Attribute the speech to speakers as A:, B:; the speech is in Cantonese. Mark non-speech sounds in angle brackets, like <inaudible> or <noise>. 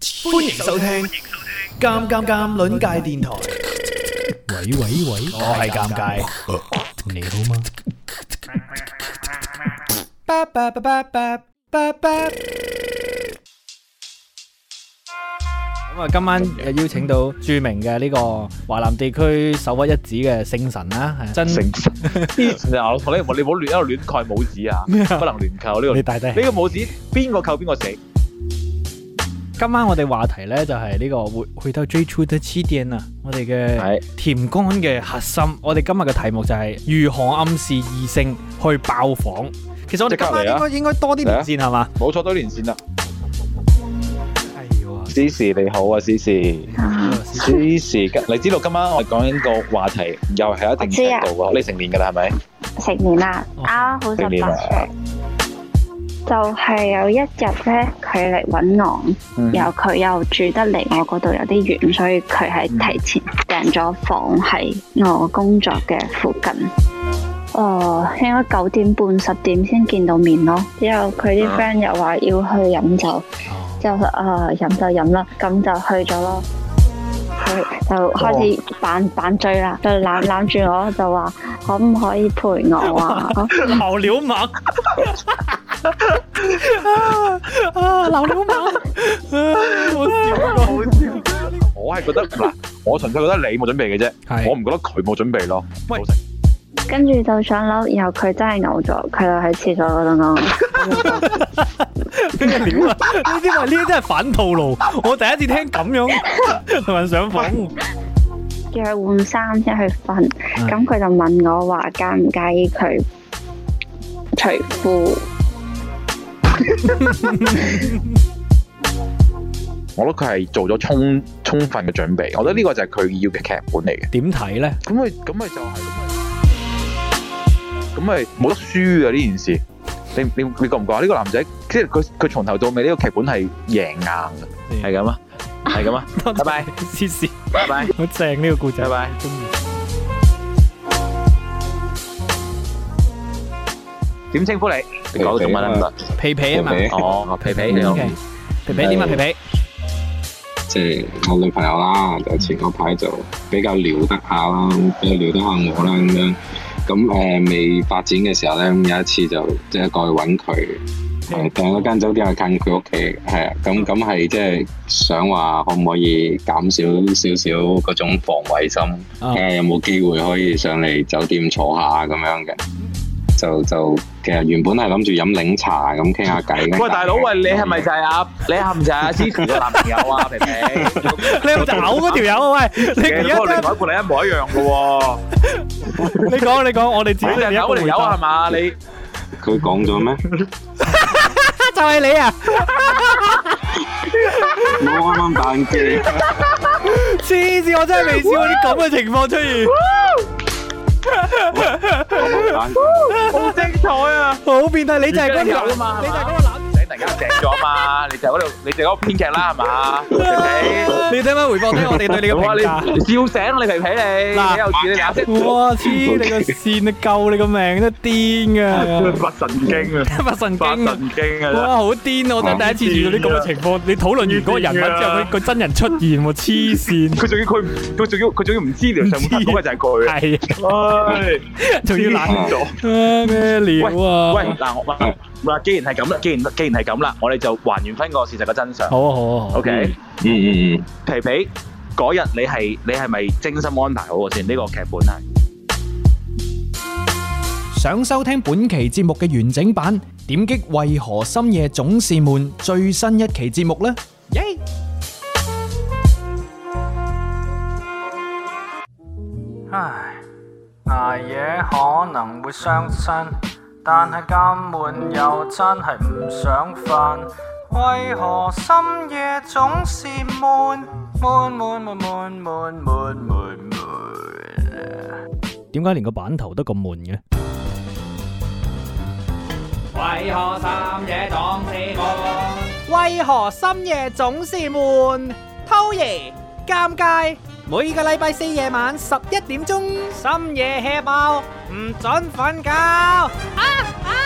A: 歡迎收聽《尷尷尷》鄰界電台。
B: 喂喂喂，
A: 我係尷尬，
B: 你好嗎？
A: 巴巴巴巴巴巴巴。咁啊，今晚又邀請到著名嘅呢個華南地區首屈一指嘅聖神啦，係真
C: 成嗱，我同你唔好你唔好亂一路亂蓋帽子啊，不能亂扣呢個。
A: 你
C: 呢
A: 大低。
C: 個帽子邊個扣邊個死？
A: 今晚我哋話題咧就係呢個回回到最初的起點啊！我哋嘅
C: 係
A: 甜乾嘅核心，我哋今日嘅題目就係如何暗示異性去爆房。其實我哋
C: 即刻
A: 今晚應
C: 嚟
A: 該應該多啲連線係嘛？
C: 冇錯，都連線啦。
A: 係喎，
C: 思時你好啊，思時，思時，你知道今晚我哋講緊個話題，又係一定要到嘅。你成年㗎啦，係咪？
D: 食年啦，啱好
C: 成
D: 十
C: 年啦
D: 八歲，就係有一日咧，佢嚟揾我，
C: 嗯
D: 然後佢又住得離我嗰度有啲遠，所以佢係提前訂咗房喺我工作嘅附近。哦，應該九點半十點先見到面咯。之後佢啲 friend 又話要去飲酒，之後啊飲就飲啦，咁就去咗咯。佢就開始扮扮醉啦，就攬攬住我就話可唔可以陪我啊？
A: 流料猛啊啊！流料猛，啊好笑啊
C: 我係覺得嗱，我純粹覺得你冇準備嘅啫，
B: 係
C: 我唔覺得佢冇準備咯。
A: 喂
C: 老實
D: 跟住就上樓，然後佢真係嘔咗，佢就喺廁所嗰度嘔。
A: 跟住料啊！呢啲喂呢啲真係反套路，我第一次聽咁樣同人上房。
D: 叫佢換衫先去瞓。咁佢就問我話介唔介意佢除褲？
C: 我覺得佢係做咗充充分嘅準備，我覺得呢個就係佢要嘅劇本嚟嘅。
A: 點睇咧？
C: 咁咪咁咪就係咁咪咁咪冇得輸啊！呢件事，你你你覺唔覺啊？呢個男仔即係佢佢從頭到尾呢個劇本係贏硬嘅，係咁啊，係咁啊，拜拜，
A: 試試，
C: 拜拜，
A: 好正呢個故仔
C: 拜。拜。
A: 中意
C: 點稱呼你？你講到中文得唔得？
A: 皮皮啊嘛。
E: 皮皮
C: 哦，皮皮你好
A: OK，皮皮點啊？皮皮，
E: 即係我女朋友啦，就前嗰排就比較撩得下啦，比較撩得下我啦咁樣。咁誒、呃未發展嘅時候咧，咁有一次就即係過去揾佢，
C: 嗯
E: 係訂咗間酒店係近佢屋企，係啊，咁咁係即係想話可唔可以減少少少嗰種防衞心，
A: 啊
E: 睇下有冇機會可以上嚟酒店坐下咁樣嘅。就就其實原本係諗住飲檸茶咁傾下偈。
C: 喂，大佬，喂，你係咪就係阿你係咪就係阿思琪嘅男朋友啊？皮皮，
A: 你係咪就嘔嗰條友啊？喂，你
C: 你嗰個
A: 而
C: 另
A: 家
C: 外 <laughs> 一半你一模一樣 <laughs> 嘅喎，
A: 你講你講，我哋自
C: 你
A: 己
C: 就係
A: 有
C: 有條友係嘛？ <laughs> 你
E: 佢講咗
C: <laughs>
E: 咩？
A: 就係你啊！
E: 我啱啱打緊機。
A: 黐線，我真係未試過啲咁嘅情況出現，
E: 打緊機
C: 好精彩啊！
A: 好變態！你就係嗰條
C: 而家你有啊嘛
A: 你就係嗰個
C: 唔使突然間正咗嘛，你就嗰度，你就嗰個編劇啦，係嘛？皮皮，
A: 男，你睇翻回放聽我哋對你嘅
C: 我話
A: 評價。
C: 你笑醒你皮皮你，
A: 嗱
C: 你又似你眼色，
A: 哇！黐你個線啊，救你個命都癲
C: 發神經啊，
A: 噶，發神
C: 發
A: 經啊！
C: 神經啊！
A: 哇，好癲啊！我真係第一次遇到啲咁嘅情況。你討論完嗰個人物之後，佢個真人出現喎，黐 <laughs> 線！
C: 佢仲要佢唔佢仲要佢仲要唔知聊上半嗰嘅就係佢啊！
A: 係啊，
C: 唉，
A: 仲要懶
C: 咗。
A: 啊咩料啊？
C: 喂，嗱我嗱嗱，既然係咁啦，既然既然係咁啦，我哋就還原翻個事實嘅真相。
A: 好啊好啊好啊
C: OK，
E: 嗯嗯嗯。
C: 皮皮嗰日你係你係咪精心安排好嘅先？呢個劇本係。
B: 想收聽本期節目嘅完整版，點擊為何深夜總是悶最新一期節目呢？
F: 唉，捱夜可能會傷身，但係咁悶又真係唔想瞓。為何深夜總是悶悶悶悶悶悶悶悶悶？
A: 點解連個版頭都咁悶嘅？
G: 為何深夜總是悶？
H: 為何深夜總是悶？偷爺尷尬，每個禮拜四夜晚十一點鐘，深夜 hea 爆，唔准瞓覺。啊啊